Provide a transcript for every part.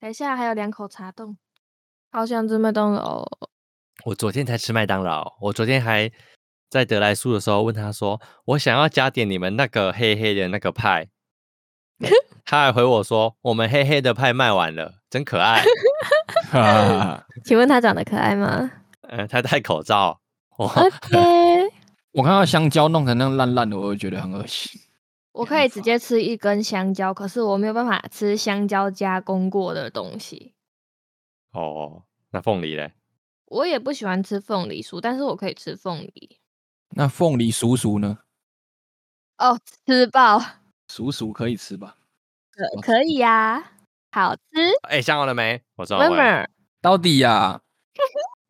等一下还有两口茶冻，好想吃麦当劳。我昨天才吃麦当劳，我昨天还在德莱素的时候问他说，我想要加点你们那个黑黑的那个 派，他还回我说我们黑黑的派卖完了，真可爱。 哈，请问他长得可爱吗嗯，他戴口罩，嗯哦， ？OK， 我看到香蕉弄成那样烂烂的，我就觉得很恶心。我可以直接吃一根香蕉，可是我没有办法吃香蕉加工过的东西。哦，那凤梨嘞？我也不喜欢吃凤梨酥，但是我可以吃凤梨。那凤梨叔叔呢？哦，吃爆，叔叔可以吃吧？哦可可以呀、好吃。哎、想好了没？我说好妹妹了。儿，到底呀、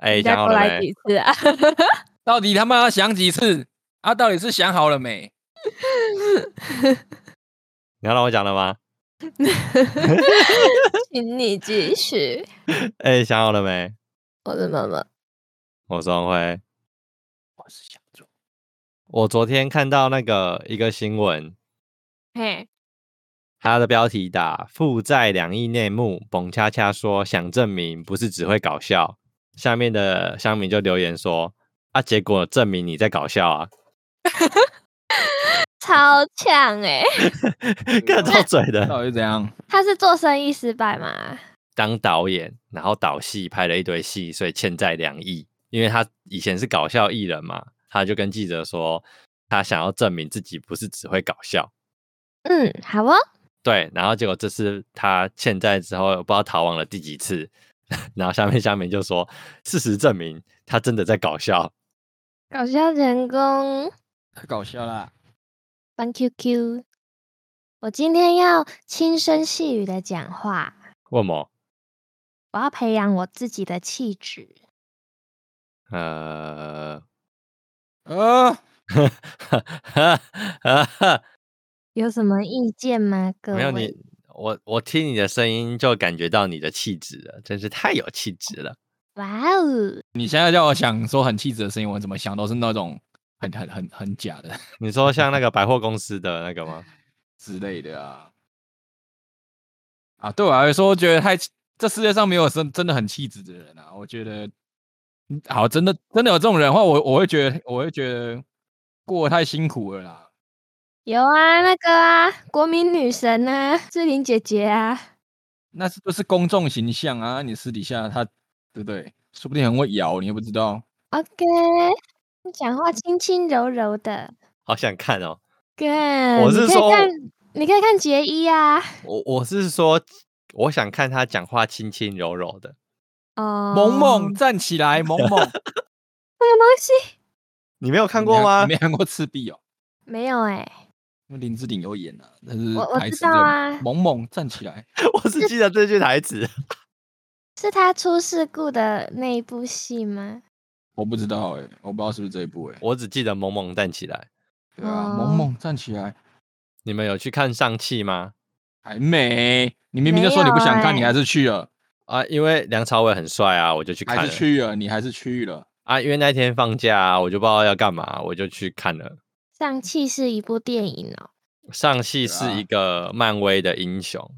哎、你想再好过了来没？几次啊？ 到底他妈要想几次啊？到底是想好了没？你要让我讲了吗？请你继续。哎、想好了没？我的妈妈，我是王辉。我是想做。我昨天看到那个一个新闻，嘿，它的标题打“负债两亿内幕”，蹦恰恰说想证明不是只会搞笑。下面的乡民就留言说：“啊，结果证明你在搞笑啊超呛哎、！”看到嘴的， 到底是怎样？他是做生意失败吗？当导演，然后导戏拍了一堆戏，所以欠债两亿。因为他以前是搞笑艺人嘛，他就跟记者说，他想要证明自己不是只会搞笑。嗯，好哦。对，然后结果这次他欠债之后，不知道逃亡了第几次， 然后下面下面就说，事实证明他真的在搞笑。搞笑成功，太搞笑啦！翻 QQ。我今天要轻声细语的讲话，为什么？我要培养我自己的气质。呃， 呃，有什么意见吗？各位，没有你，我我听你的声音就感觉到你的气质了，真是太有气质了。哇哦，你现在叫我想说很气质的声音，我怎么想都是那种很很很很假的你说像那个百货公司的那个吗？之类的啊。啊，对我来说，我觉得太这世界上没有真真的很气质的人啊。我觉得，嗯好，真的真的有这种人的话，我我会觉得我会觉得过得太辛苦了啦。有啊，那个啊，国民女神啊，志玲姐姐啊，那是就是公众形象啊，你私底下他对不对？说不定很会咬，你又不知道。 OK，讲话轻轻柔柔的。好想看哦！干，我你是可以说看，你可以看杰伊啊。我我是说，我想看他讲话轻轻柔柔的。哦，萌萌站起来，萌 萌，那个东西你没有看你过还吗你没？看过赤壁哦，没有哎、因为林志玲有演啊，但是我我台知词真的道啊萌萌站起来，我是记得这句台词。 是他出事故的那一部戏吗？我不知道哎、我不知道是不是这一部哎、我只记得萌萌站起来。对啊，哦萌萌站起来，你们有去看上汽吗？还美，你明明就说没你有不想看，你欸还是去了，啊，因为梁朝伟很帅啊，我就去看还了。是去了，你还是去了。啊，因为那天放假、啊，我就不知道要干嘛，我就去看了。上汽是一部电影哦。上汽是啊一个漫威的英雄，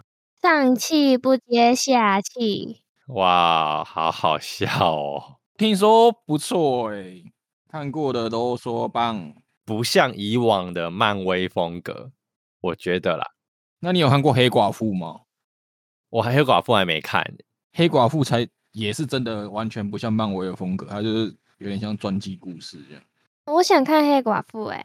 上气不接下气，哇，好好笑哦！听说不错哎、看过的都说棒。不像以往的漫威风格，我觉得啦。那你有看过黑寡妇吗？我还有寡妇还没看，黑寡妇才也是真的完全不像漫威的风格，它就是有点像传记故事这样。我想看黑寡妇哎、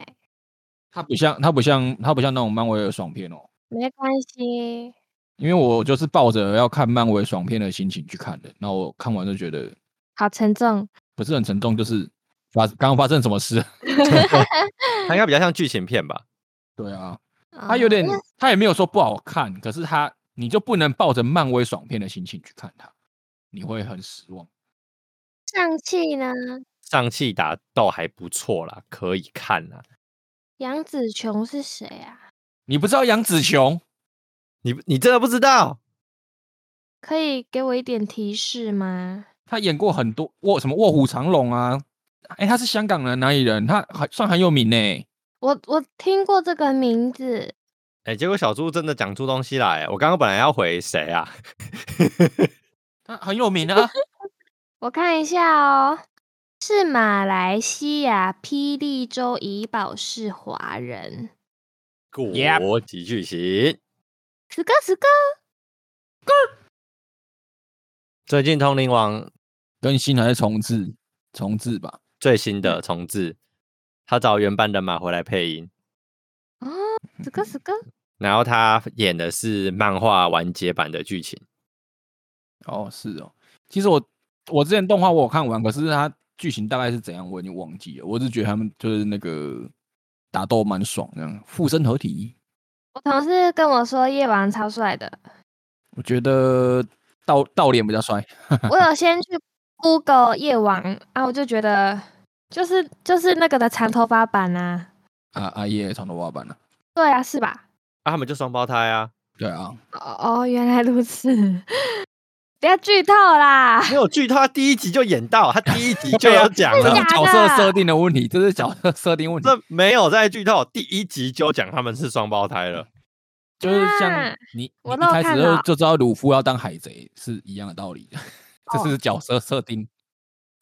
它不像，它不像，它不像那种漫威的爽片哦。没关系，因为我就是抱着要看漫威爽片的心情去看的，那我看完就觉得好沉重。不是很沉重，就是发刚刚发生什么事？ 它应该比较像剧情片吧？对啊，他它有哦点，它也没有说不好看，可是它你就不能抱着漫威爽片的心情去看它，你会很失望。上气呢。上汽打斗还不错啦，可以看啦。杨紫琼是谁啊？你不知道杨紫琼，你你真的不知道？可以给我一点提示吗？她演过很多卧什么卧虎藏龙啊，哎，她是香港人，哪里人？她还算很有名呢、我我听过这个名字，哎、结果小猪真的讲出东西来，我刚刚本来要回谁啊？他很有名 啊，我看一下哦，是马来西亚霹雳州怡保市华人。 Yep 国际巨星。此哥此哥，最近《通灵王》更新还是重置？重置吧。最新的重置，他找原班人马回来配音，哦，此 哥此哥，然后他演的是漫画完结版的剧情。哦，是哦。其实我我之前动画我有看完，可是它剧情大概是怎样，我已经忘记了。我只觉得他们就是那个打斗蛮爽，这样附身合体。我同事跟我说夜王超帅的，我觉得倒倒脸比较帅。我有先去 Google 夜王啊，我就觉得就是就是那个的长头发版啊，啊啊耶，长头发版了。对啊，是吧？啊，他们就双胞胎啊，对啊，哦哦，原来如此，不要剧透啦。 没有剧透，他第一集就演到，他第一集 就对啊有讲真这的了假，是角色设定的问题，这是角色设定问题，这没有在剧透，第一集就讲他们是双胞胎了。就是像啊你你我一漏开看始就了就知道鲁夫要当海贼是一样的道理， 这哦是角色设定。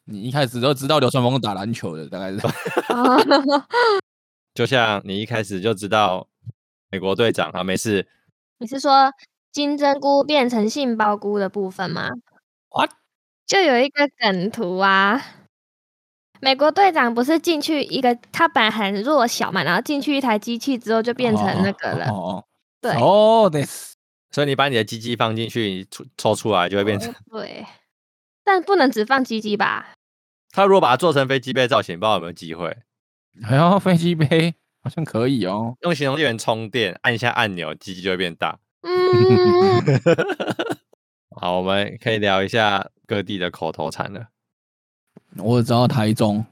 你一开始就知道流川枫打篮球的，大概是哦就像你一开始就知道美国队长啊，没事，你是说金针菇变成杏鲍菇的部分吗 What？就有一个梗图啊，美国队长不是进去一个，他本来很弱小嘛，然后进去一台机器之后就变成那个了，哦哦哦对、哦，对，所以你把你的鸡鸡放进去，你抽抽出来就会变成。对，但不能只放鸡鸡吧？他如果把它做成飞机杯造型，不知道有没有机会还要哦飞机杯，好像可以哦。用行动电源充电，按一下按钮，鸡鸡就会变大。嗯，好，我们可以聊一下各地的口头禅了。我只知道台中，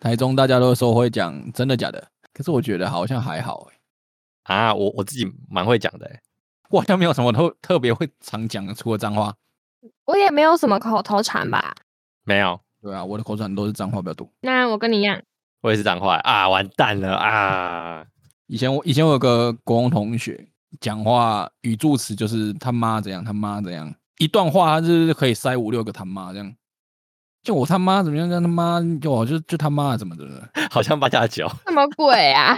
台中大家都说会讲真的假的，可是我觉得好像还好欸啊，我我自己蛮会讲的欸、我好像没有什么特特别会常讲的，除了脏话。我也没有什么口头禅吧？没有，对啊，我的口传都是脏话比较多。那我跟你一样，我也是脏话啊，完蛋了啊！ 以前我以前我有个国中同学，讲话语助词就是他妈怎样，他妈怎样，一段话他就是可以塞五六个他妈这样。就我他妈怎么样，他妈就我就就他妈怎么怎么的。好像八加九，什么鬼啊？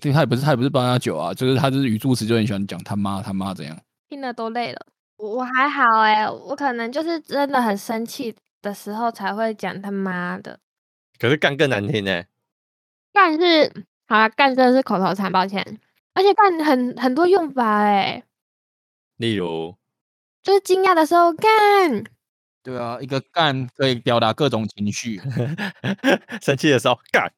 对他也不是他也不是八加九啊，就是他就是语助词就很喜欢讲他妈他妈怎样。听了都累了。我我还好哎、我可能就是真的很生气的时候才会讲他妈的可是干更难听呢、干是好了，干真的是口头禅，抱歉。而且干很很多用法哎、例如， 就是惊讶的时候干，对啊，一个干可以表达各种情绪。生气的时候干，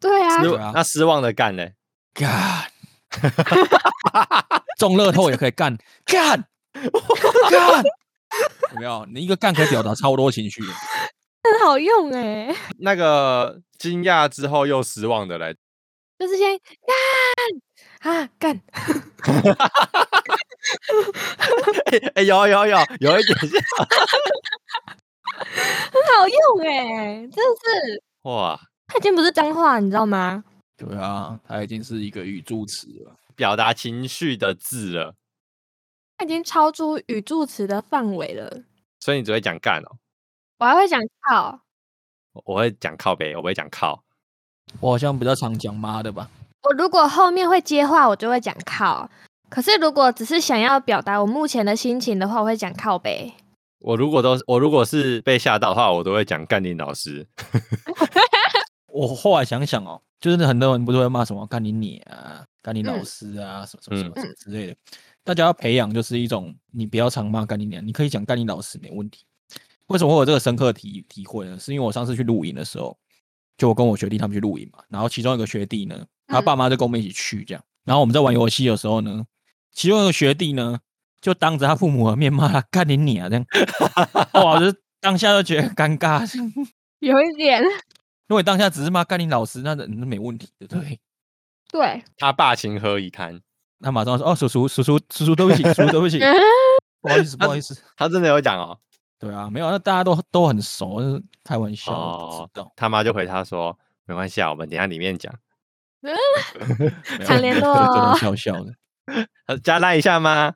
对啊失，对啊望那失望的干呢？干， 中乐透也可以干，干，干， 有没有？你一个干可以表达超多情绪的。 很好用哎、那个惊讶之后又失望的嘞，就是先干 啊干，哎、哎有有有有一点像很好用哎、真的是，哇，它已经不是脏话，你知道吗？对啊，它已经是一个语助词了。表达情绪的字了，它已经超出语助词的范围了。所以你只会讲干哦。我还会讲靠，我我会讲靠北，我不会讲靠。我好像比较常讲妈的吧。我如果后面会接话，我就会讲靠。可是如果只是想要表达我目前的心情的话，我会讲靠背。我如果都是我如果是被吓到的话，我都会讲干你老师。我后来想想哦，就是很多人不是会骂什么干你你啊、干你老师啊、什么什么什么什么之类的。大家要培养就是一种，你不要常骂干你娘，你可以讲干你老师没问题。为什么会有这个深刻的体体会呢？是因为我上次去露营的时候，就我跟我学弟他们去露营嘛，然后其中一个学弟呢，他爸妈就跟我们一起去这样，然后我们在玩游戏的时候呢，其中一个学弟呢，就当着他父母的面骂他干你你啊这样， 哇，我就当下就觉得尴尬，有一点，如果你当下只是骂甘霖老师，那那那没问题，对不对？对，他爸情何以堪？那马上说哦，叔叔叔叔叔叔，对不起，叔叔对不起，不好意思不好意思。他真的有讲哦。对啊，没有，那大家都都很熟，就是开玩笑，我哦不知道。他妈就回他说：“没关系啊，我们等一下里面讲。没有常联络就真的哦笑笑的，”他说加拉一下吗？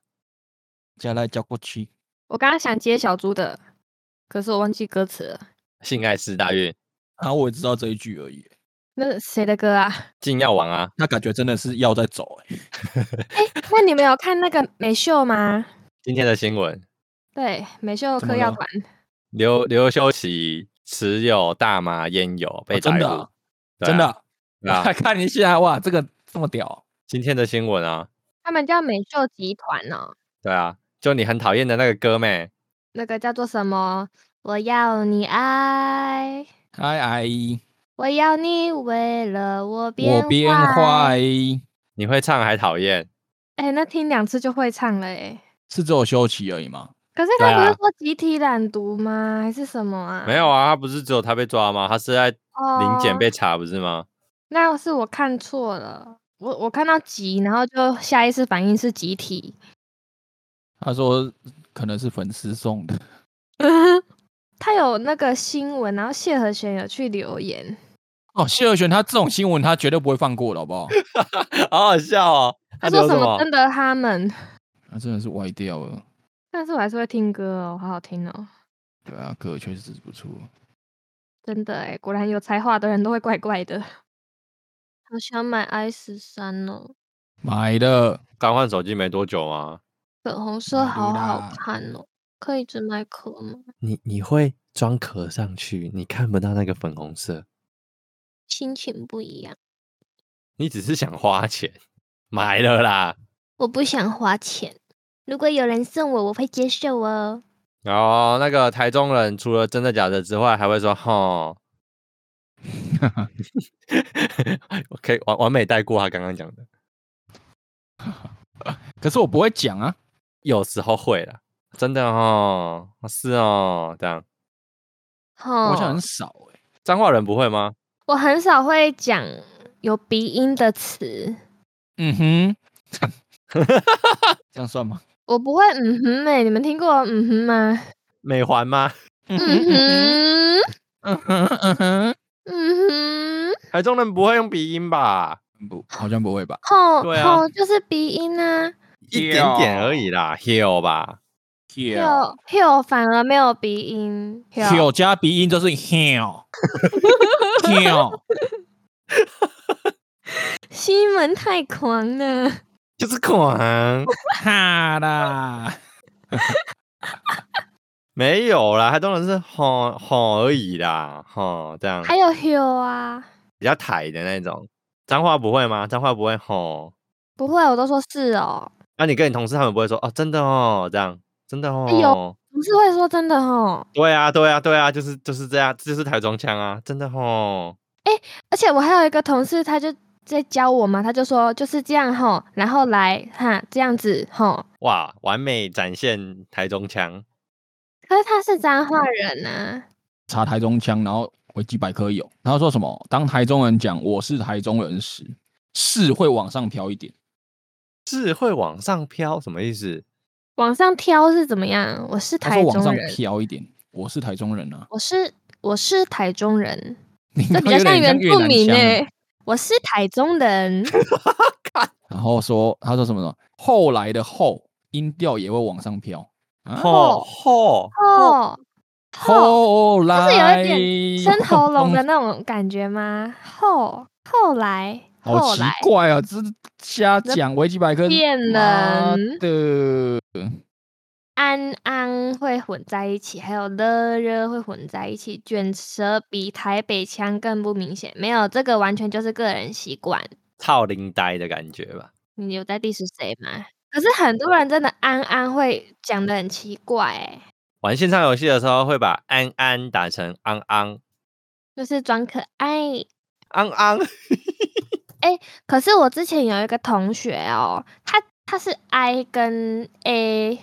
加来加过去，我刚刚想接小猪的，可是我忘记歌词了。性爱四大运，然后我也知道这一句而已。那是谁的歌啊？禁药王啊，那感觉真的是要在走哎、那你们有看那个美秀吗？今天的新闻，对，美秀怎么嗑药了团，刘刘修齐持有大麻烟油被啊真逮的捕啊，真的啊啊，对啊 看一下哇，这个这么屌，今天的新闻啊，他们叫美秀集团哦，对啊，就你很讨厌的那个歌妹，那个叫做什么？我要你爱，嗨阿姨，我要你为了我变我变坏。坏，你会唱还讨厌，哎、那听两次就会唱了哎、是只有休息而已吗？可是他对不是啊说集体朗读吗？还是什么啊？没有啊，他不是只有他被抓吗？他是在哦临检被查不是吗？ 那是我看错了，我我看到集，然后就下意识反应是集体。 他说可能是粉丝送的，他有那个新闻，然后谢和弦有去留言，哦，谢和弦他这种新闻他绝对不会放过的，好不好？好好笑哦，他留说什么跟着他们，他真的是歪掉了，但是我还是会听歌哦，好好听哦，对啊，歌确实不错。真的哎，果然有才华的人都会怪怪的。好想买 i 十三哦，买的 刚换手机没多久吗？粉红色买了好好啦看哦，可以只买壳吗？你你会装壳上去，你看不到那个粉红色，心情不一样，你只是想花钱买了啦。我不想花钱，如果有人送我，我会接受哦。然后那个台中人除了真的假的之外，还会说吼， 我可以完完美带过他刚刚讲的，可是我不会讲啊，有时候会啦，真的哦，是哦，这样哦我想很少哎、脏话人不会吗？我很少会讲有鼻音的词，嗯哼， 这样算吗？我不会嗯哼哎、你们听过嗯哼吗？美环吗？嗯嗯哼，嗯哼嗯哼，嗯台中人不会用鼻音吧？不，好像不会吧？哼，吼对啊吼就是鼻音啊，一点点而已啦 h e l 吧，啊跳跳反而没有鼻音，跳跳加鼻音就是 跳跳，西门太狂了，就是狂，哈啦，没有啦，台中人是吼吼而已啦，吼这样还有 h 啊，比较台的那种。脏话不会吗？脏话不会吼。不会，我都说是哦，那、你跟你同事他们不会说哦，真的哦，这样真的哦。有不是会说真的哦，对啊，对啊，对啊，就是就是这样，这就是台中腔啊，真的哦。而且我还有一个同事，他就在教我嘛，他就说就是这样吼，然后来哈这样子吼，哇，完美展现台中腔。可是他是彰化人啊， 查台中腔，然后维基百科有，然后说什么？当台中人讲我是台中人时，是会往上飘一点，是会往上飘，什么意思？往上挑是怎么样？我是他台说往上中人，飘一点，我是台中人啊，我是我是台中人，你这刚比较刚有像点原像越住南民腔呢、欸。我是台中 人，然后说他说什么呢？后来的后音调也会往上飘，啊吼吼，哦，吼，后就是有来一点生喉咙 的那种感觉吗？后后来好后奇来怪啊！这是瞎讲维基百科骗妈人的，安安会混在一起，还有了热会混在一起，卷舌比台北腔更不明显。没有这个完全就是个人习惯。操灵呆的感觉吧。你有在 diss 谁吗？可是很多人真的安安会讲的很奇怪、欸，玩线上游戏的时候会把安安打成昂昂就是装可爱。昂昂，可是我之前有一个同学哦，他他是 I 跟 A，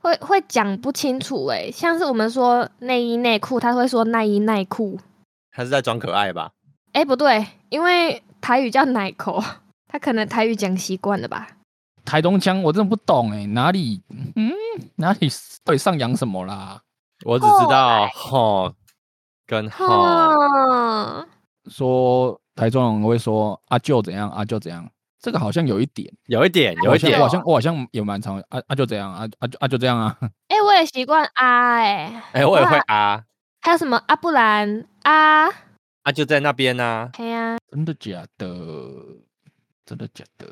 会会讲不清楚诶、像是我们说内衣内裤，他会说内衣内裤，他是在装可爱吧？诶、哎不对，因为台语叫奶口，他可能台语讲习惯了吧。台东腔我真的不懂哎、哪里嗯哪里对上扬什么啦？我只知道吼跟吼，哦，说台中人会说阿舅怎样阿舅怎样，这个好像有一点，有一点，我有好一像点哦我，好像我好像也蛮常啊啊就这样啊啊就啊就这样啊，哎、我也习惯啊、哎，哎、我也会哇啊还有什么啊？不然啊，啊，就在那边呐、哎呀、真的假的？真的假的？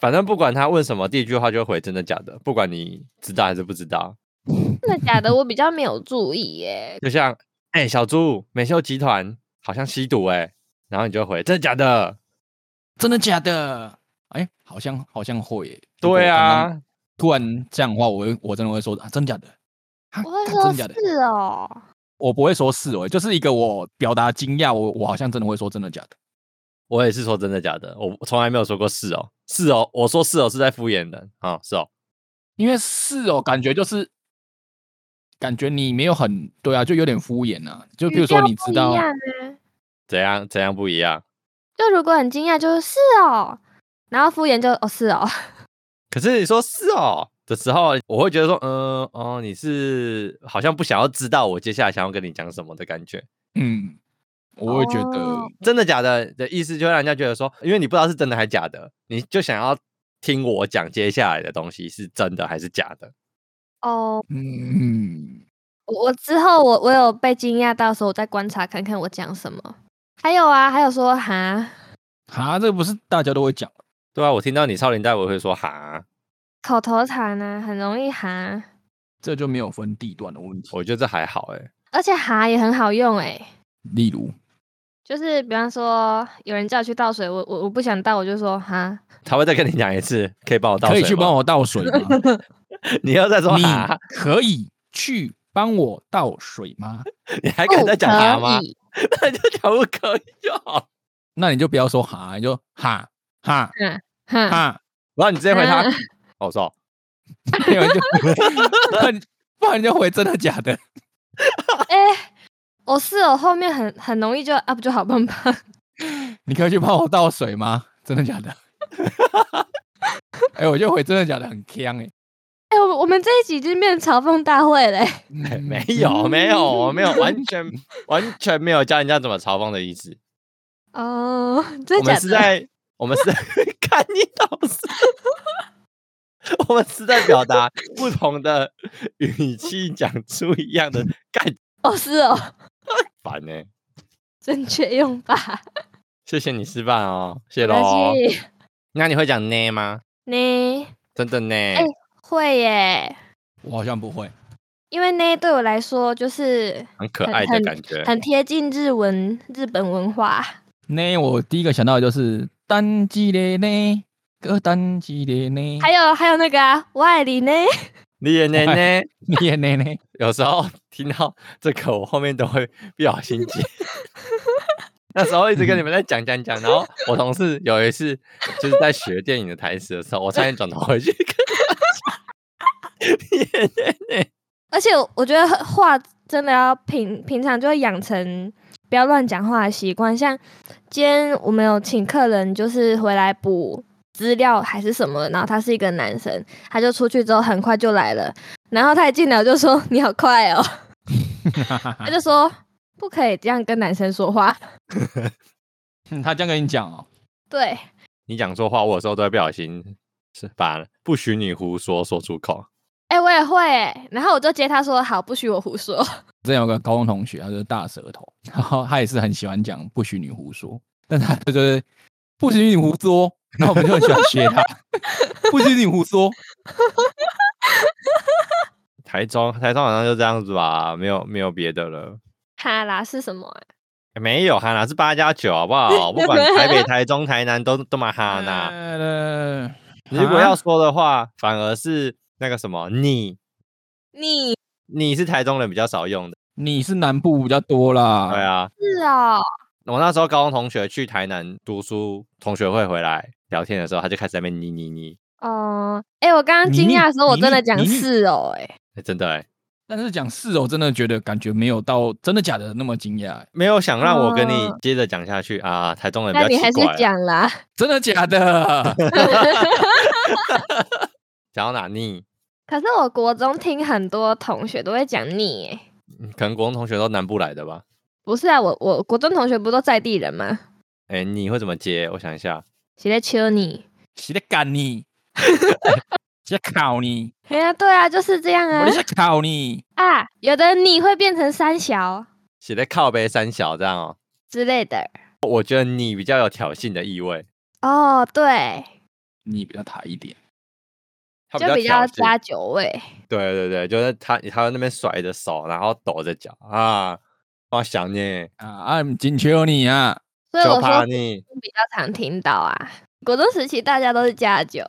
反正不管他问什么，第一句话就回真的假的，不管你知道还是不知道。真的假的？我比较没有注意耶、就像哎、小猪美秀集团好像吸毒哎、然后你就回真的假的？真的假的？哎、好像好像会耶、如果对刚刚啊，突然这样的话，我会我真的会说啊，真的假的？啊我会干说真的假的？是哦、我不会说是哦，就是一个我表达惊讶，我我好像真的会说真的假的。我也是说真的假的，我从来没有说过是哦，是哦，我说是哦是在敷衍人啊、是哦，因为是哦，感觉就是感觉你没有很对啊，就有点敷衍啊。就就比如说你知道不一，样啊、怎样怎样不一样？就如果很惊讶，就是是哦、然后敷衍就哦是哦、 可是你说是哦的时候，我会觉得说，嗯、哦，你是好像不想要知道我接下来想要跟你讲什么的感觉。嗯，我会觉得、哦真的假的的意思，就会让人家觉得说，因为你不知道是真的还假的，你就想要听我讲接下来的东西是真的还是假的。哦，嗯，我我之后我我有被惊讶到的时候，我再观察看看我讲什么。还有啊，还有说哈哈，这个不是大家都会讲。对啊，我听到你超龄带，我会说哈，口头禅啊，很容易哈，这就没有分地段的问题。我觉得这还好哎、而且哈也很好用哎、例如，就是比方说有人叫我去倒水，我我我不想倒，我就说哈，他会再跟你讲一次，可以帮我倒水可吗，啊以去帮我倒水 吗？你要再说你哦哈，可以去帮我倒水吗？你还敢再讲哈吗哦不可？ 以那你就讲不可以哦就好。那你就不要说哈，你就哈哈哈， 哈，然后你直接回他，呃哦我说没有你就 不然不然你就回真的假的。哎、我是我后面很很容易就 up 就好棒棒，你可以去帮我倒水吗？真的假的？ 哎、我就回真的假的很呛 哎、哎、我我们这一集已经变成嘲讽大会欸嘞、 嗯哎没嗯有没有，我没有完全 完全没有教人家怎么嘲讽的意思。哦，真我的们假是的？在我们是在 看你老师，我们是在表达不同的语气，讲出一样 的干哦是哦，烦呢、正确用法，谢谢你示范哦，谢没关喽。系那你会讲呢吗？呢真的呢？哎会耶，我好像不会。因为呢对我来说就是很可爱的感觉。很贴近日文日本文化。那我第一个想到的就是单机的呢，个单机的嗯呢，还有还有那个啊，我爱你呢，你也 呢呢？你也呢 呢，有时候 听到这个，我后面都会不小心接。 那时候一直跟你们在讲讲讲，然后我同事有一次就是在学电影的台词的时候，我差点转头回去跟他讲你也呢而且我我觉得话真的要平平常就会养成不要乱讲话的习惯。像今天我们有请客人，就是回来补资料还是什么，然后他是一个男生，他就出去之后很快就来了，然后他一进来我就说 你好快哦，他就说不可以这样跟男生说话，他这样跟你讲哦、对。 你讲错话，我有时候都会不小心是把不许你胡说说出口。哎、我也会、欸，然后我就接他说好，不许我胡说。之前有个高中同学，他就是大舌头，然后他也是很喜欢讲不许你胡说，但他就是不许你胡说，然后我们就很喜欢学他，不许你 胡说，台中，台中好像就这样子吧，没有没有别的了。哈啦是什么、啊？没有哈娜是八加九，好不好？不管台北、台中、台南都都嘛哈娜。呃如果要嗯啊说的话，反而是那个什么，你你你是台中人比较少用的，你是南部比较多啦，对啊。是哦，我那时候高中同学去台南读书，同学会回来聊天的时候，他就开始在那边你你你，哦、哎、我刚刚惊讶的时候，我真的讲是哦、哎，欸真的、欸、但是讲是我真的觉得感觉没有到真的假的那么惊讶、没有想让我跟你哦接着讲下去啊。台中人比那较你还奇是怪啊。讲啦。 真的假的？讲到哪你，可是我国中听很多同学都会讲你、哎，嗯可能国中同学都南部来的吧？不是啊，我我国中同学不都在地人吗？欸哎、你会怎么接？我想一下，谁在求你？谁在干你？谁在考你？哎呀， 对啊，就是这样啊我在考你。啊！有的你会变成三小写在靠背三小这样哦。之类的我觉得你比较有挑衅的意味，哦，对，你比较抬一点，他就比较较挑衅加九位。对对对，就是他他那边甩着手，然后抖着脚啊，我想你，啊，I'm 金秋你啊，所以就我怕说你比较常听到啊。国中时期大家都是加九，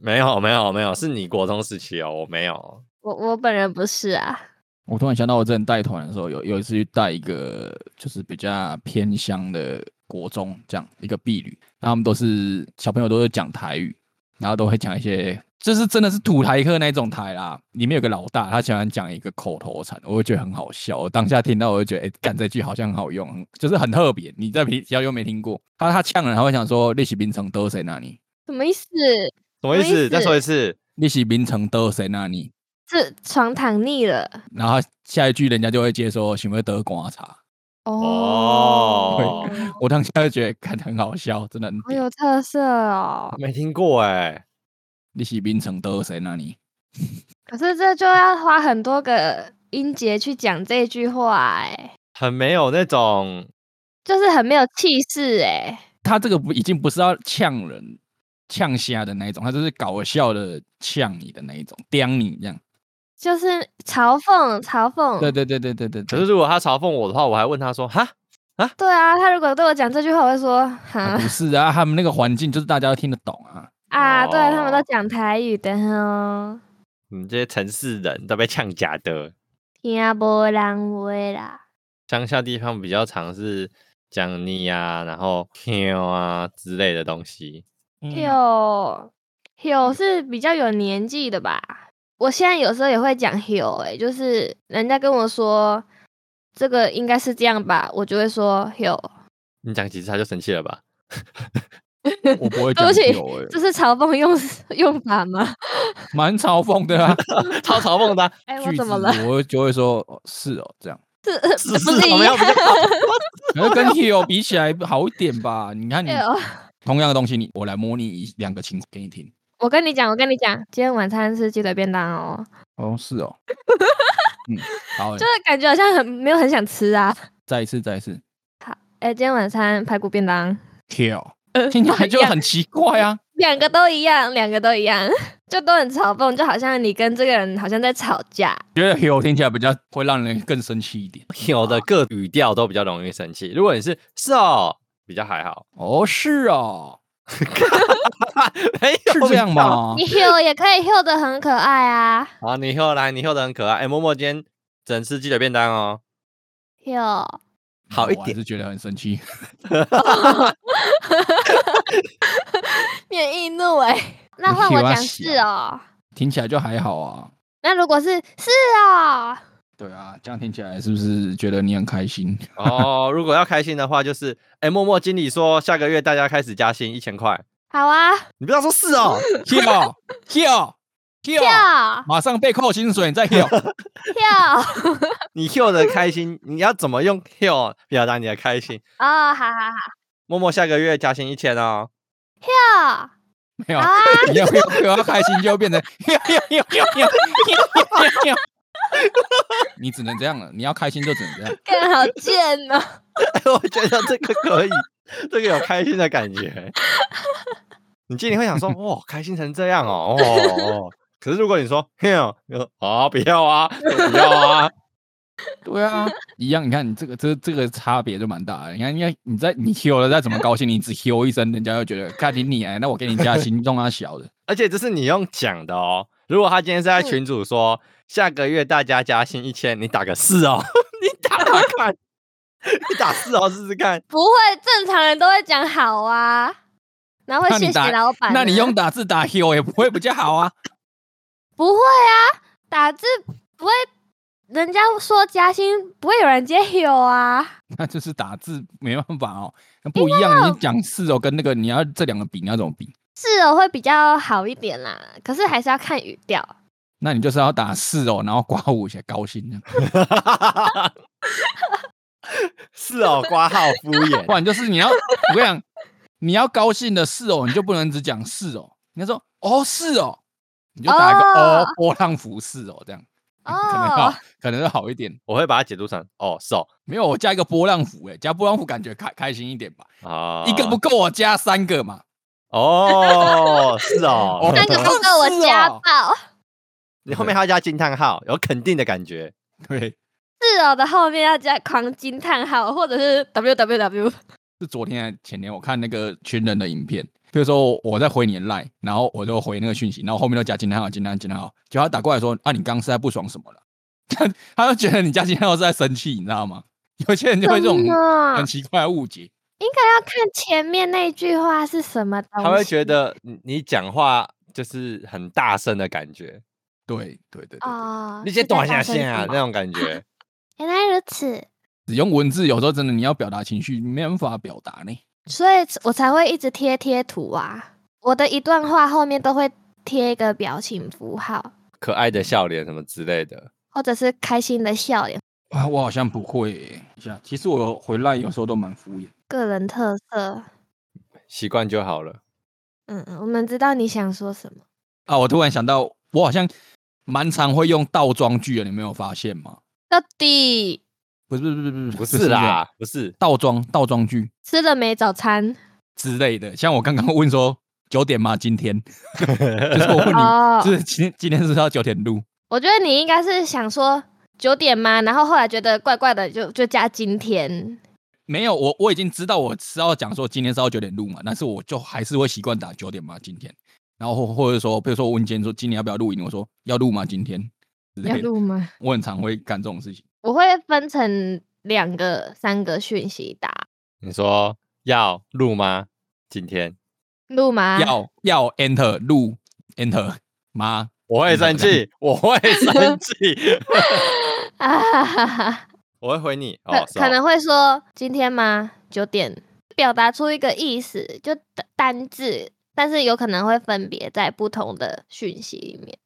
没有没有没有，是你国中时期哦，我没有。我我本人不是啊。我突然想到，我之前带团的时候，有有一次去带一个就是比较偏乡的国中，这样一个婢女，然后他们都是小朋友都是讲台语，然后都会讲一些，就是真的是土台客那种台啦。里面有个老大，他喜欢讲一个口头禅，我就觉得很好笑。我当下听到我就觉得，哎、干这句好像很好用，很就是很特别。你在平小又没听过，他他呛人，他会想说练习冰城都谁那里，什么意思？什么意什么意思？再说一思次。练习冰城都谁那里，是床躺腻了然后下一句人家就会接说，请问得观察。哦我当下就觉得看很好笑，真的很好屌。有特色哦。没听过哎、你喜冰城都谁那里？可是这就要花很多个音节去讲这句话、哎，很没有那种就是很没有气势、哎，他这个不已经不是要呛人、呛虾的那一种，他就是搞笑的呛你的那一种，刁你这样。就是嘲讽，嘲讽。对对对对对对可对，是如果他嘲讽我的话，我还问他说：“哈，对啊，他如果对我讲这句话，我会说啊哈不是啊，他们那个环境就是大家都听得懂啊。啊，对啊，他们哦都讲台语的哦，你这些城市人都被呛假的。听不人话啦。”乡下地方比较常是讲你啊，然后 Q 啊之类的东西。嗯 Hill Hill 是比较有年纪的吧？我现在有时候也会讲 Hill，哎、就是人家跟我说这个应该是这样吧，我就会说 Hill，你讲几次他就生气了吧？我不会对讲不起有这是嘲讽用 用法吗？哎，蛮嘲讽的啊。 超嘲讽的啊、哎、 我句怎子么了？我就会说哦是哦这样。是不是怎么一样？不是可是跟 Hero 比起来好一点吧？你看你 Hill，同样的东西，你我来模拟一两个情况给你听。我跟你讲，我跟你讲，今天晚餐是鸡腿便当哦，哦，是哦。嗯，好欸，就是感觉好像很没有很想吃啊。再一次，再一次哎、今天晚餐排骨便当， ，kill，呃听起来就一样很奇怪啊。两个都一样，两个都一样， 就都很嘲讽，就好像你跟这个人好像在吵架。觉得 kill 听起来比较会让人更生气一点。有的各语调都比较容易生气。如果你是是哦，比较还好。哦，是哦，没有是这样？吗？你 Hill 也可以 Hill 的很可爱啊好，你以后来，你以后的很可爱。哎、默默今天整吃鸡腿便当哦。 ，Hill 好一我还点是觉得很生气。你很易怒哎、 那换我讲是哦，听起来就还好啊。那如果是是哦，对啊，这样听起来是不是觉得你很开心？哦，如果要开心的话，就是哎、默默经理说下个月大家开始加薪一千块，好啊你不要说是哦， kill，kill，kill， ，Hill 马上被扣薪水，你再 kill。 Hill 你 Q 的开心，你要怎么用 Q 表达你的开心？ 哦，好好默默下个月加薪一千哦， 好没有好，啊，你要 kill 要开心就变成 kill kill kill kill kill。你只能这样了，你要开心就只能这样。更好贱哦，我觉得这个可以， 这个有开心的感觉。 你心里会想说，哇，开心成这样哦，哦。哦可是如果你说 Q，啊，不要啊，不要啊，对啊，一样。你看你这个这这个差别就蛮大的。你看，你看你在你 Q 了，再怎么高兴，你只 Q 一声，人家就觉得看你你哎，那我给你加薪，重他小的。而且这是你用讲的哦。如果他今天是嗯在群主说、下个月大家加薪一千，你打个是哦， 你 打打看，你打是哦试试看。 不会，正常人都会讲好啊，然后会那你谢打谢老板啊、那你用打字打 Q 也不会比较好啊。 不会啊，打字不会，人家说加薪不会有人接 Hill 啊，那就是打字没办法哦，那不一样。你讲是哦，跟那个你要这两个比，你要怎么比？是哦，会比较好一点啦，可是还是要看语 调。那你就是要打是哦，然后刮五才高兴这样，是哦，挂号敷不衍。 然就是你要我跟你讲，你要高兴的是哦，你就不能只讲是哦，你要说哦是哦，你就打一个哦哦波浪符是哦，这样可能哦好，，可能会好一点。我会把它解读成哦是哦没有，我加一个波浪符，哎，加波浪符感觉开开心一点吧。啊，一个不够，我加三个嘛。哦是 哦哦，三个不够我家暴。你后面还要加惊叹号，有肯定的感觉。对，是哦的后面要加狂惊叹号，或者是 W W W。是昨天还前天我看那个群人的影片，比如说我在回你的 line，然后我就回那个讯息，然后后面都加惊叹号、惊叹号、惊叹号，结果他打过来说啊，你刚刚是在不爽什么了？ 他就觉得你加惊叹号是在生气，你知道吗？ 有些人就会这种什么很奇怪的误解。应该要看前面那句话哦是什么东西。他会觉得你你讲话就是很大声的感觉，对对对对，哦，你是先在短下大声线啊什么那种感觉。原来如此，只用文字有时候真的你要表达情绪，没办法表达呢。所以我才会一直贴贴图啊。我的一段话后面都会贴一个表情符号，可爱的笑脸什么之类的。或者是开心的笑脸，啊，我好像不会耶、是啊，其实我回 line 有时候都蛮敷衍。个人特色。习惯就好了。嗯，嗯，我们知道你想说什么。啊，我突然想到，我好像蛮常会用倒装句的，你没有发现吗？到底不是不是不是不是不是啦，，不是倒装倒装句吃了没早餐？之类的。像我刚刚问说九点吗？今天 就是我问你，哦就是今天今天是不是要九点录？我觉得你应该是想说九点吗？然后后来觉得怪怪的就，就加今天。没有，我我已经知道我是要讲说今天是要九点录嘛，但是我就还是会习惯打九点嘛今天，然后或或者说，比如说我问今天说今天要不要录影，我说要录吗？今天之要类的，录吗？我很常会干这种事情。我会分成两个、三个讯息打你说要录吗？今天录吗？ 要要 enter 录 enter 吗？我会生气，我会 生气，啊哈哈哈，我会回你可、哦。是可哦能会说今天吗？九点，表达出一个意思，就单单字，但是有可能会分别在不同的讯息里面。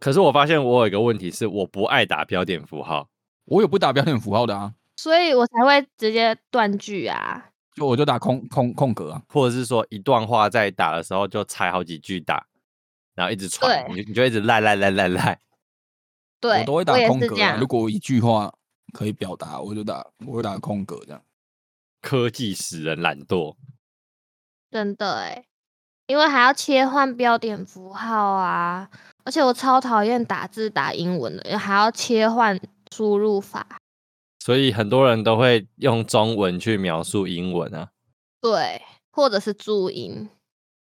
可是我发现我有一个问题是，我不爱打标点符号。我有不打标点符号的啊，所以我才会直接断句啊！就我就打空空空格啊。或者是说一段话在打的时候就拆好几句打，然后一直传，对你就你就一直赖赖赖赖赖。对，我都会打也空是格、这啊。样如。果我一句话可以表达，我就打，我会打空格这样。科技使人懒惰，真的哎，因为还要切换标点符号啊，而且我超讨厌打字打英文的，还要切换输入法。所以很多人都会用中文去描述英文啊。对，或者是注音，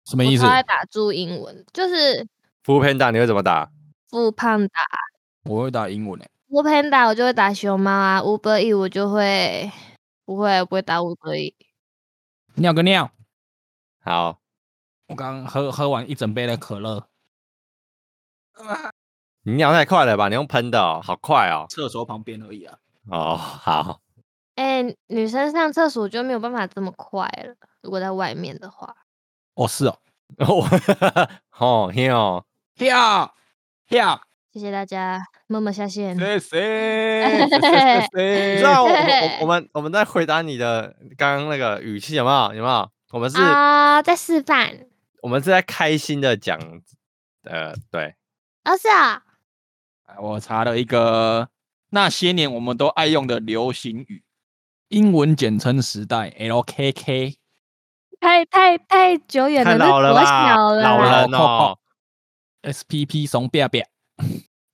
什么我意思超？爱打注英文，就是服务 Panda 你会怎么打？富胖打、我会打英文诶、欸乌 panda 我就会打熊猫啊，Uber E 我就会不会我不会打 Uber E，尿个尿。好，我刚刚喝喝完一整杯的可乐，你尿太快了吧？你用喷的哦，好快哦。厕所旁边而已啊。哦，好。 哎、女生上厕所就没有办法这么快了，如果在外面的话，哦，是哦。哦，哦，嘿哦，跳 跳，谢谢大家，默默下线。谢谢嘿嘿谢嘿你 谢知道我我我们我们在回答你的刚刚那个语气有没有有没有？我们是、啊、在示范。我们是在开心的讲，呃，对，哦，是啊，哎我查了一个那些年我们都爱用的流行语，英文简称时代 LKK。太太太久远太了，那老了国啦，小老啦人哦， SPP 怂别别，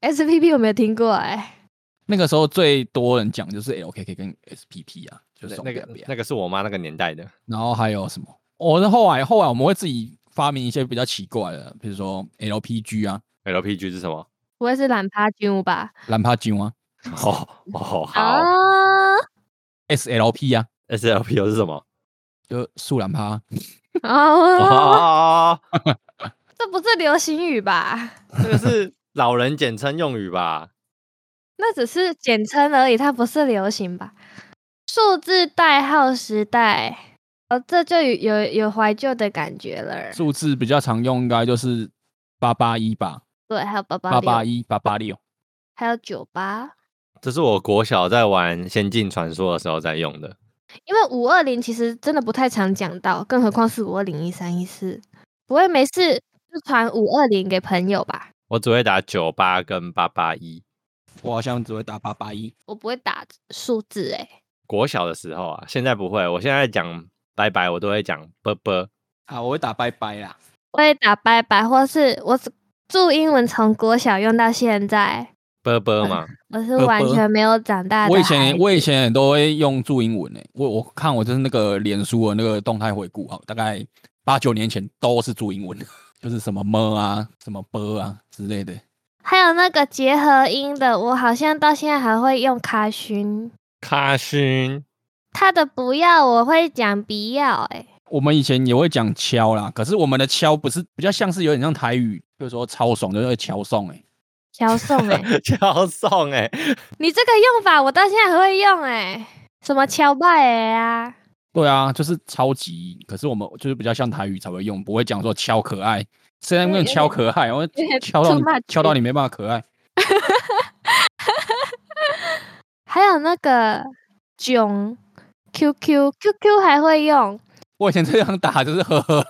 SPP 我没有听过哎、那个时候最多人讲就是 LKK 跟 SPP 啊，就那是怂那别个别。那个是我妈那个年代的，然后还有什么？我、哦、是后来后来我们会自己发明一些比较奇怪的，比如说 LPG 啊、 LPG 是什么？不会是懒趴军舞吧？蓝帕金啊、 哦哦好啊 SLP 啊， ，SLP 又是什么？就素蓝趴。哎啊，哦，这不是流行语吧？这个是老人简称用语吧？那只是简称而已，它不是流行吧？数字代号时代，哦，这就有有有怀旧的感觉了。数字比较常用应该就是八八一吧，对，还有八八八六八，一、八八六。还有九八。这是我国小在玩《仙境传说》的时候在用的，因为五二零其实真的不太常讲到，更何况是五二零一三一四，不会没事就传五二零给朋友吧？我只会打九八跟八八一。我好像只会打八八一。我不会打数字哎、国小的时候啊，现在不会，我现在讲拜拜，我都会讲啵啵。啊，我会打拜拜啦。我也打拜拜，或是我只注英文从国小用到现在，啵啵嘛，我是啵完啵全没有长大的我以孩前子我以前也都会用注英文诶、欸我我看我就是那个脸书的那个动态回顾啊，大概八九年前都是注英文，就是什么么啊、什么波啊之类的。还有那个结合音的，我好像到现在还会用卡勋， 卡 勋他的不要我会讲不要哎、我们以前也会讲敲啦，可是我们的敲不是比较像是有点像台语，比如说超爽就是敲送诶、欸小宋哎、 敲送哎，你这个用法我到现在还会用哎、什么敲拜哎啊，对啊，就是超级，可是我们就是比较像台语才会用，不会讲说敲可爱。虽然因为用有敲点可爱，我点敲到 too 你 much 敲到你没办法可爱。还有那个囧 QQ QQ 还会用，我以前最想打就是呵呵，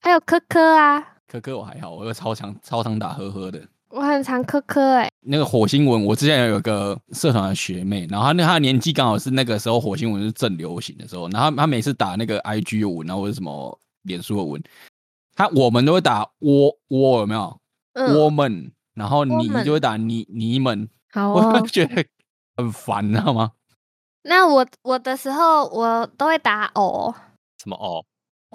还有科科啊，可可我还好，我又超常超常打呵呵的。我很常科科哎、那个火星文，我之前有个社团的学妹，然后她那她的年纪刚好是那个时候火星文是正流行的时候，然后她她每次打那个 IG 的文，然后或者什么脸书的文，她我们都会打我我有没有？我嗯，们，然后你们就会打你你们，好我哦就。觉得很烦，你知道吗？那我我的时候我都会打偶什么哦？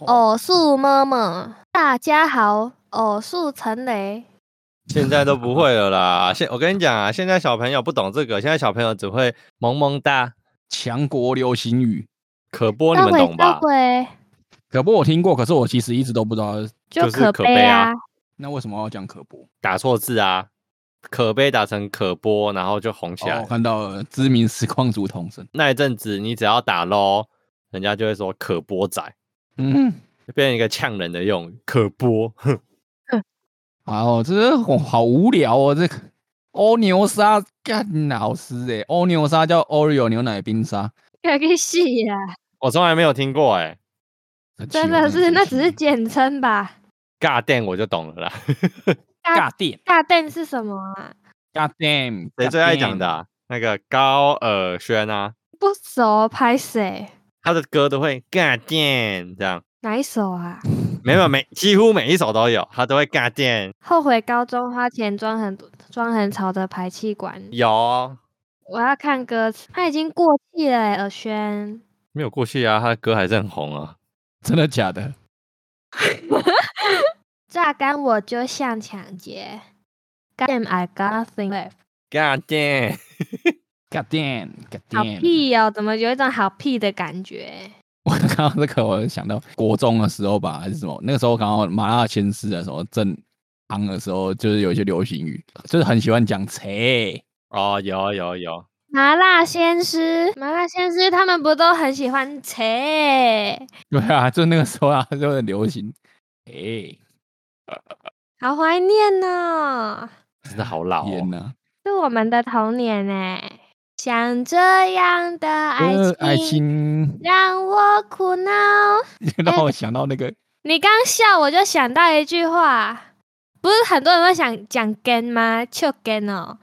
偶数么么，大家好，哦偶数陈雷。现在都不会了啦。现我跟你讲啊，现在小朋友不懂这个，现在小朋友只会萌萌哒。强国流行语，可波哦你那们回懂吧那？回可波我听过，可是我其实一直都不知道，就就是可可悲悲啊啊！那为什么要讲可波？打错字啊，可悲打成可波，然后就红起哦，来我。看到了知名实况组同声，那一阵子你只要打 low，人家就会说可波仔，嗯。就变成一个呛人的用语。可波，哼啊哦，这是好好无聊哦，这个欧牛沙干老师诶，欧牛沙叫 Oreo 牛奶冰沙，有个戏呀， 我从来没有听过哎、神奇真哦的是很那神只是奇简称吧？尬电我就懂了啦。尬尬电尬蛋是什么啊？尬 damn，谁最爱讲的、啊？那个高尔宣啊，不熟，拍谁？他的歌都会尬电这样，哪一首啊？没 有每几乎每一首都有，他都会尬电。后悔高中花钱装很装很潮的排气管。有啊我要看歌词，他已经过气了欸，尔轩。没有过去啊？他的歌还是很红啊。真的假的？榨干我就像抢劫。Damn, I got nothing left。尬电，尬 damn，尬好 damn，屁哦，怎么有一种好屁的感觉？ 我看到这个，我就想到国中的时候吧，还是什么？那个时候刚好麻辣鲜师啊，什么正昂的时候，就是有一些流行语，就是很喜欢讲切，哦，有有有，麻辣鲜师，麻辣鲜师，他们不都很喜欢切？对啊，就那个时候啊，就很流行切，好怀念哦，真的好老天哦。哪！是我们的童年哎。像这样的爱情，呃爱情让我苦恼。 让嗯我想到那个你刚笑，我就想到一句话，不是很多人会想讲 gan 吗？就 gan 哦，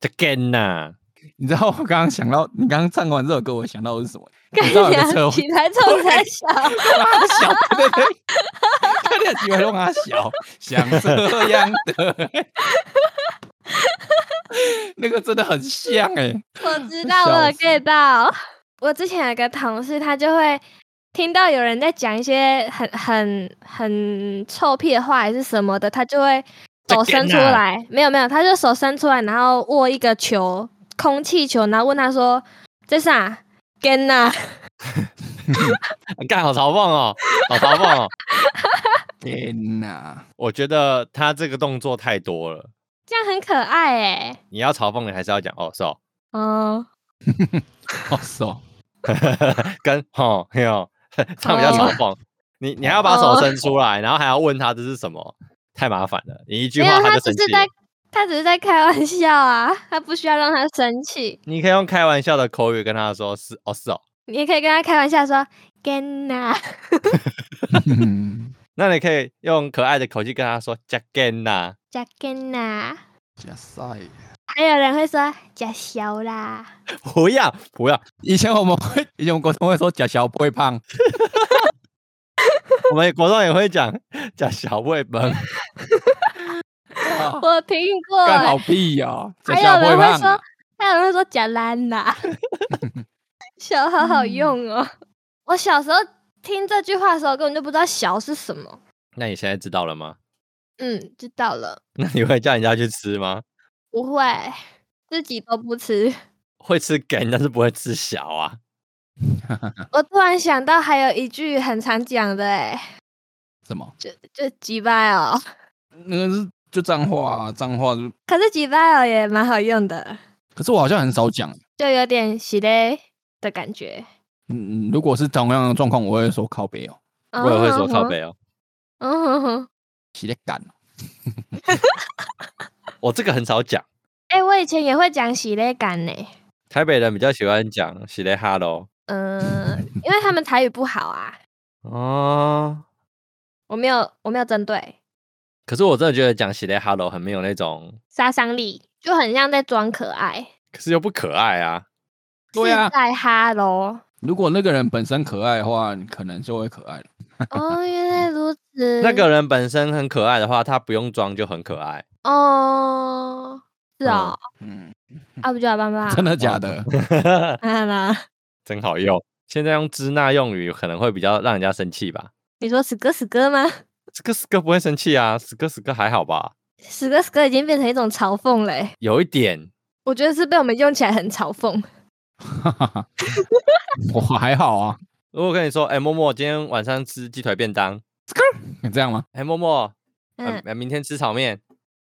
这 gan 呐，你知道我刚刚想到，你刚刚唱完这首歌，我想到的是什么？你知道有个车干祸起，来冲才笑。他小，对对对，看你的机会让他小，想这样的， 那个真的很像哎、 我知道了笑死，get 到。 我之前有个同事，他就会听到有人在讲一些很很很臭屁的话还是什么的，他就会这手伸干出啊来，没有没有，他就手伸出来，然后握一个球，空气球，然后问他说：“这是啥？”跟呐， 干好嘲讽哦，好嘲讽哦。天哪，我觉得他这个动作太多了，这样很可爱哎、你要嘲讽你还是要讲哦，是哦，嗯，好爽！ 跟吼嘿哦， 唱比较哦嘲讽。你你还要把手伸出来，然后还要问他这是什么，太麻烦了。你一句没有，话他就只生是气了在。 他只是在开玩笑啊，他不需要让他生气。你可以用开玩笑的口语跟他说是哦是哦，你也可以跟他开玩笑说 “Ganna”，那你可以用可爱的口气跟他说 “jagan 呐加 Ganna”，加塞。还有人会说“加小啦”，”，不要不要，以前我们会，以前我们国中会说假小不会胖，我们国中也会讲讲小胃本，啊我听过干欸。好屁呀、假还小有不会人会胖说啊，，还有人会说“加兰啦”，小好好用哦。我小时候听这句话的时候，根本就不知道“小”是什么。那你现在知道了吗？嗯，知道了，那你会叫人家去吃吗？不会，自己都不吃。会吃梗，但是不会吃小啊。我突然想到，还有一句很常讲的、欸，什么？就就鸡巴哦。那个是就脏话、啊，脏话就。可是几巴尔也蛮好用的，可是我好像很少讲。就有点喜嘞的感觉。嗯，嗯如果是同样的状况，我会说靠背哦，我我也会说靠。背哦，嗯哼哼，洗得干。哦我这个很少讲，哎、我以前也会讲喜嘞感呢。台北人比较喜欢讲喜雷哈喽嗯、 因为他们台语不好啊，哦。我没有我没有针对，可是我真的觉得讲喜雷哈喽很没有那种，杀伤力就很像在装可爱。可是又不可爱啊。对啊是在哈 喽。如果那个人本身可爱的话，你可能就会可爱了。哦，原来如此。那个人本身很可爱的话，他不用装就很可爱。 哦，是嗯哦，嗯，啊不就好棒棒。真的假的？ 啊啦，真好用。现在用支那用语可能会比较让人家生气吧。你说死哥死哥吗？死哥死哥不会生气啊，死哥死哥还好吧？死哥死哥已经变成一种嘲讽嘞、有一点，我觉得是被我们用起来很嘲讽。我还好啊，如果跟你说，哎、默默今天晚上吃鸡腿便当，你这样吗？哎、默默，呃嗯，呃明天吃炒面，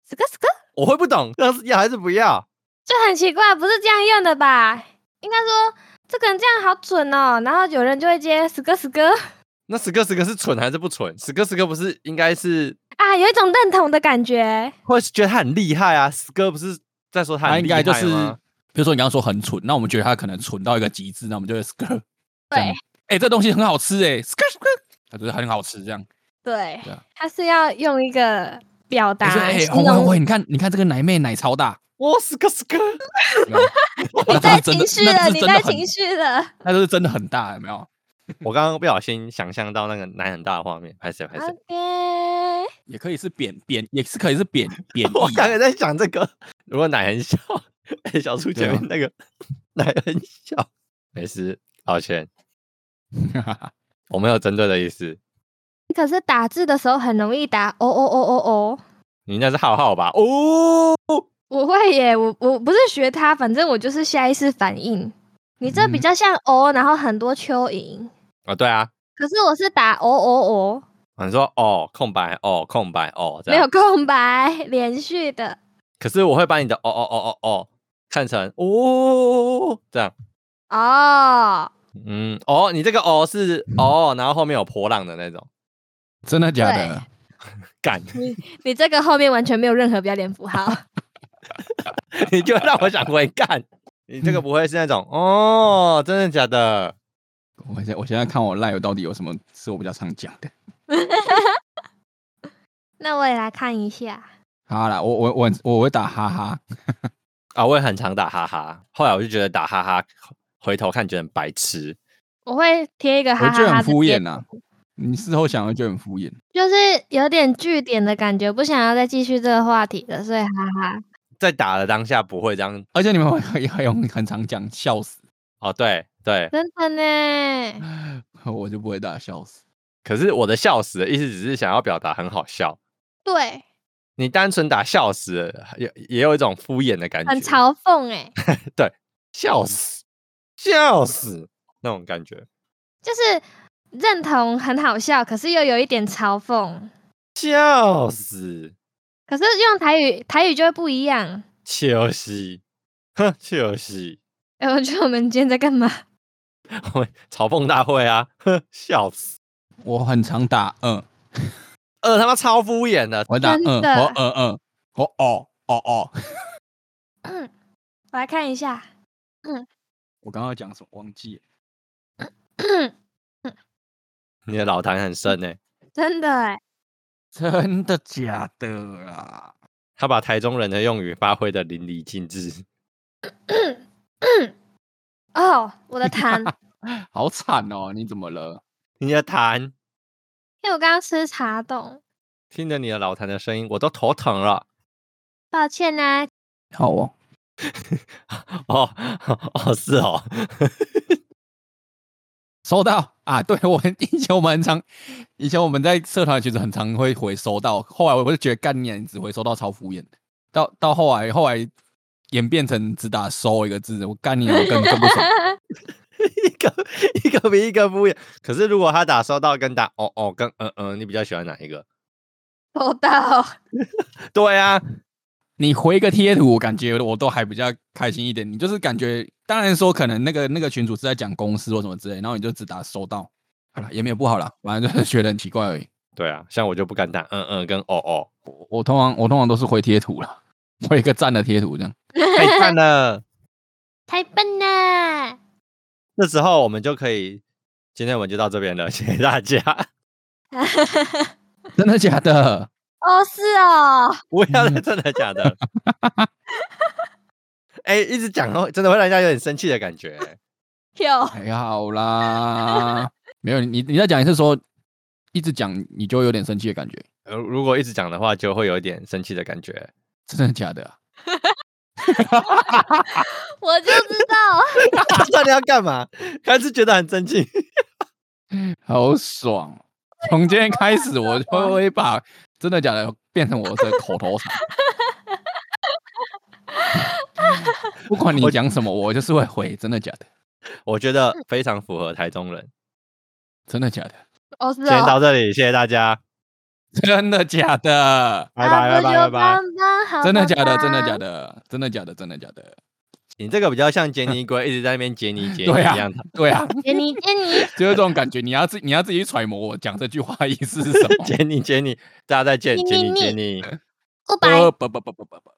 死哥死哥我会不懂，要是要还是不要？就很奇怪，不是这样用的吧？应该说这个人这样好准哦，然后有人就会接死哥死哥 那死哥死哥是蠢还是不蠢？死哥死哥不是应该是啊，有一种认同的感觉。会觉得他很厉害啊？死哥不是在说他他很应厉害该吗？就是，比如说你刚刚说很蠢，那我们觉得他可能蠢到一个极致，那我们就会 skr。这样对，哎、这东西很好吃哎、s k r skr，他觉得很好吃这样。对对啊，他是要用一个表我达说哎，形红红容红，你看你看这个奶妹奶超大，我死哥死哥，你那在是真情绪的，那了，是你真的在很情，绪了。那就是真的很大，有没有？我刚刚不小心想象到那个奶很大的画面，拍谁啊拍谁？ OK，也可以是扁扁，也是可以是扁扁 我义刚啊。才在想这个，如果奶很小，哎小树对前啊面那个奶很小，没事，抱歉，我没有针对的意思。可是打字的时候很容易打哦哦哦哦哦。你应该是浩浩吧？哦，我会耶，我我不是学他，反正我就是下意识反应。你这比嗯较像哦，然后很多蚯蚓。啊，对啊，可是我是打哦哦哦，你说哦，空白，哦，空白，哦，这啊没有样。空白，连续的。可是我会把你的哦哦哦哦哦看成哦这样，哦，嗯，哦，你这个哦是哦，然后后面有波浪的那种 真的假的？干，你这个后面完全没有任何标点符号。 你就让我想回干。 你这个不会是那种哦，真的假的？我现在我现在看我 live 到底有什么是我比较常讲的。那我也来看一下。好啦，我我我我会打哈哈，啊，我也很常打哈哈，后来我就觉得打哈哈，回头看觉得很白痴。我会贴一个哈我哈觉得哈很的敷贴衍啊呐、你事后想，会觉得很敷衍。就是有点据点的感觉，不想要再继续这个话题了，所以哈哈。在打的当下不会这样而且你们会还有很常讲笑死， 哦，对对，真的呢，我就不会打笑死。可是我的笑死的意思只是想要表达很好笑，对，你单纯打笑死了也也有一种敷衍的感觉，很嘲讽哎、笑死，笑死那种感觉，就是认同很好笑，可是又有一点嘲讽。笑死，可是用台语，台语就会不一样。笑死，哼，笑死， 哎、我觉得我们今天在干嘛？我们嘲讽大会啊，哼，笑死，我很常打嗯，呃，他妈超敷衍的，我会打真嗯，的我嗯嗯，我哦哦哦。我来看一下， 我刚刚讲什么忘记了？ 你的老痰很深欸呢、真的哎、真的假的啊啦？他把台中人的用语发挥的淋漓尽致。 哦，我的 痰，好惨哦！你怎么了？你的痰，因为我刚刚吃茶冻，听着你的老痰的声音，我都头疼了。 抱歉呐、好哦，哦 哦，是哦， 收到啊！对 我们以前我们很常，以前我们在社团群组很常会回收到，后来我就觉得干你只回收到超敷衍的，到到后来后来演变成只打收一个字，我干你我更更不爽。一个一个比一个敷衍。可是如果他打收到跟打哦哦跟嗯嗯，你比较喜欢哪一个？收到。对啊，你回一个贴图，我感觉我都还比较开心一点。你就是感觉，当然说可能那个那个群主是在讲公司或什么之类，然后你就只打收到，好了也没有不好啦，反正就是觉得很奇怪而已。对啊，像我就不敢打嗯嗯跟哦哦，我我通常我通常都是回贴图了，回一个赞的贴图这样。太赞哎了。太笨了，那时候我们就可以，今天我们就到这边了，谢谢大家。真的假的？哦是哦，不要再真的假的。 哎、一直讲哦，真的会让人家有点生气的感觉、欸有还好啦，没有你你再讲一次说，一直讲你就会有点生气的感觉，呃，如果一直讲的话，就会有一点生气的感觉。 真的假的、啊？我就知道，到底要干嘛？还是觉得很生气？好爽哦！从今天开始，我就会把真的假的变成我的口头禅。不管你讲什么，我就是会回真的假的，我觉得非常符合台中人。真的假的，哦是今天哦，到这里，谢谢大家，真的假的，啊拜拜拜拜拜拜。，真真的假的，真的假的，的，真的假的，真的假的。你这个比较像杰尼龟，一直在那边杰 尼杰尼对一啊样的， 对啊，杰尼杰 尼，就是这种感觉。你要自你要自己揣摩我讲这 句话的意思是什么。杰尼杰尼，大家再见，你杰你尼杰你尼。不白。呃不不不不不不。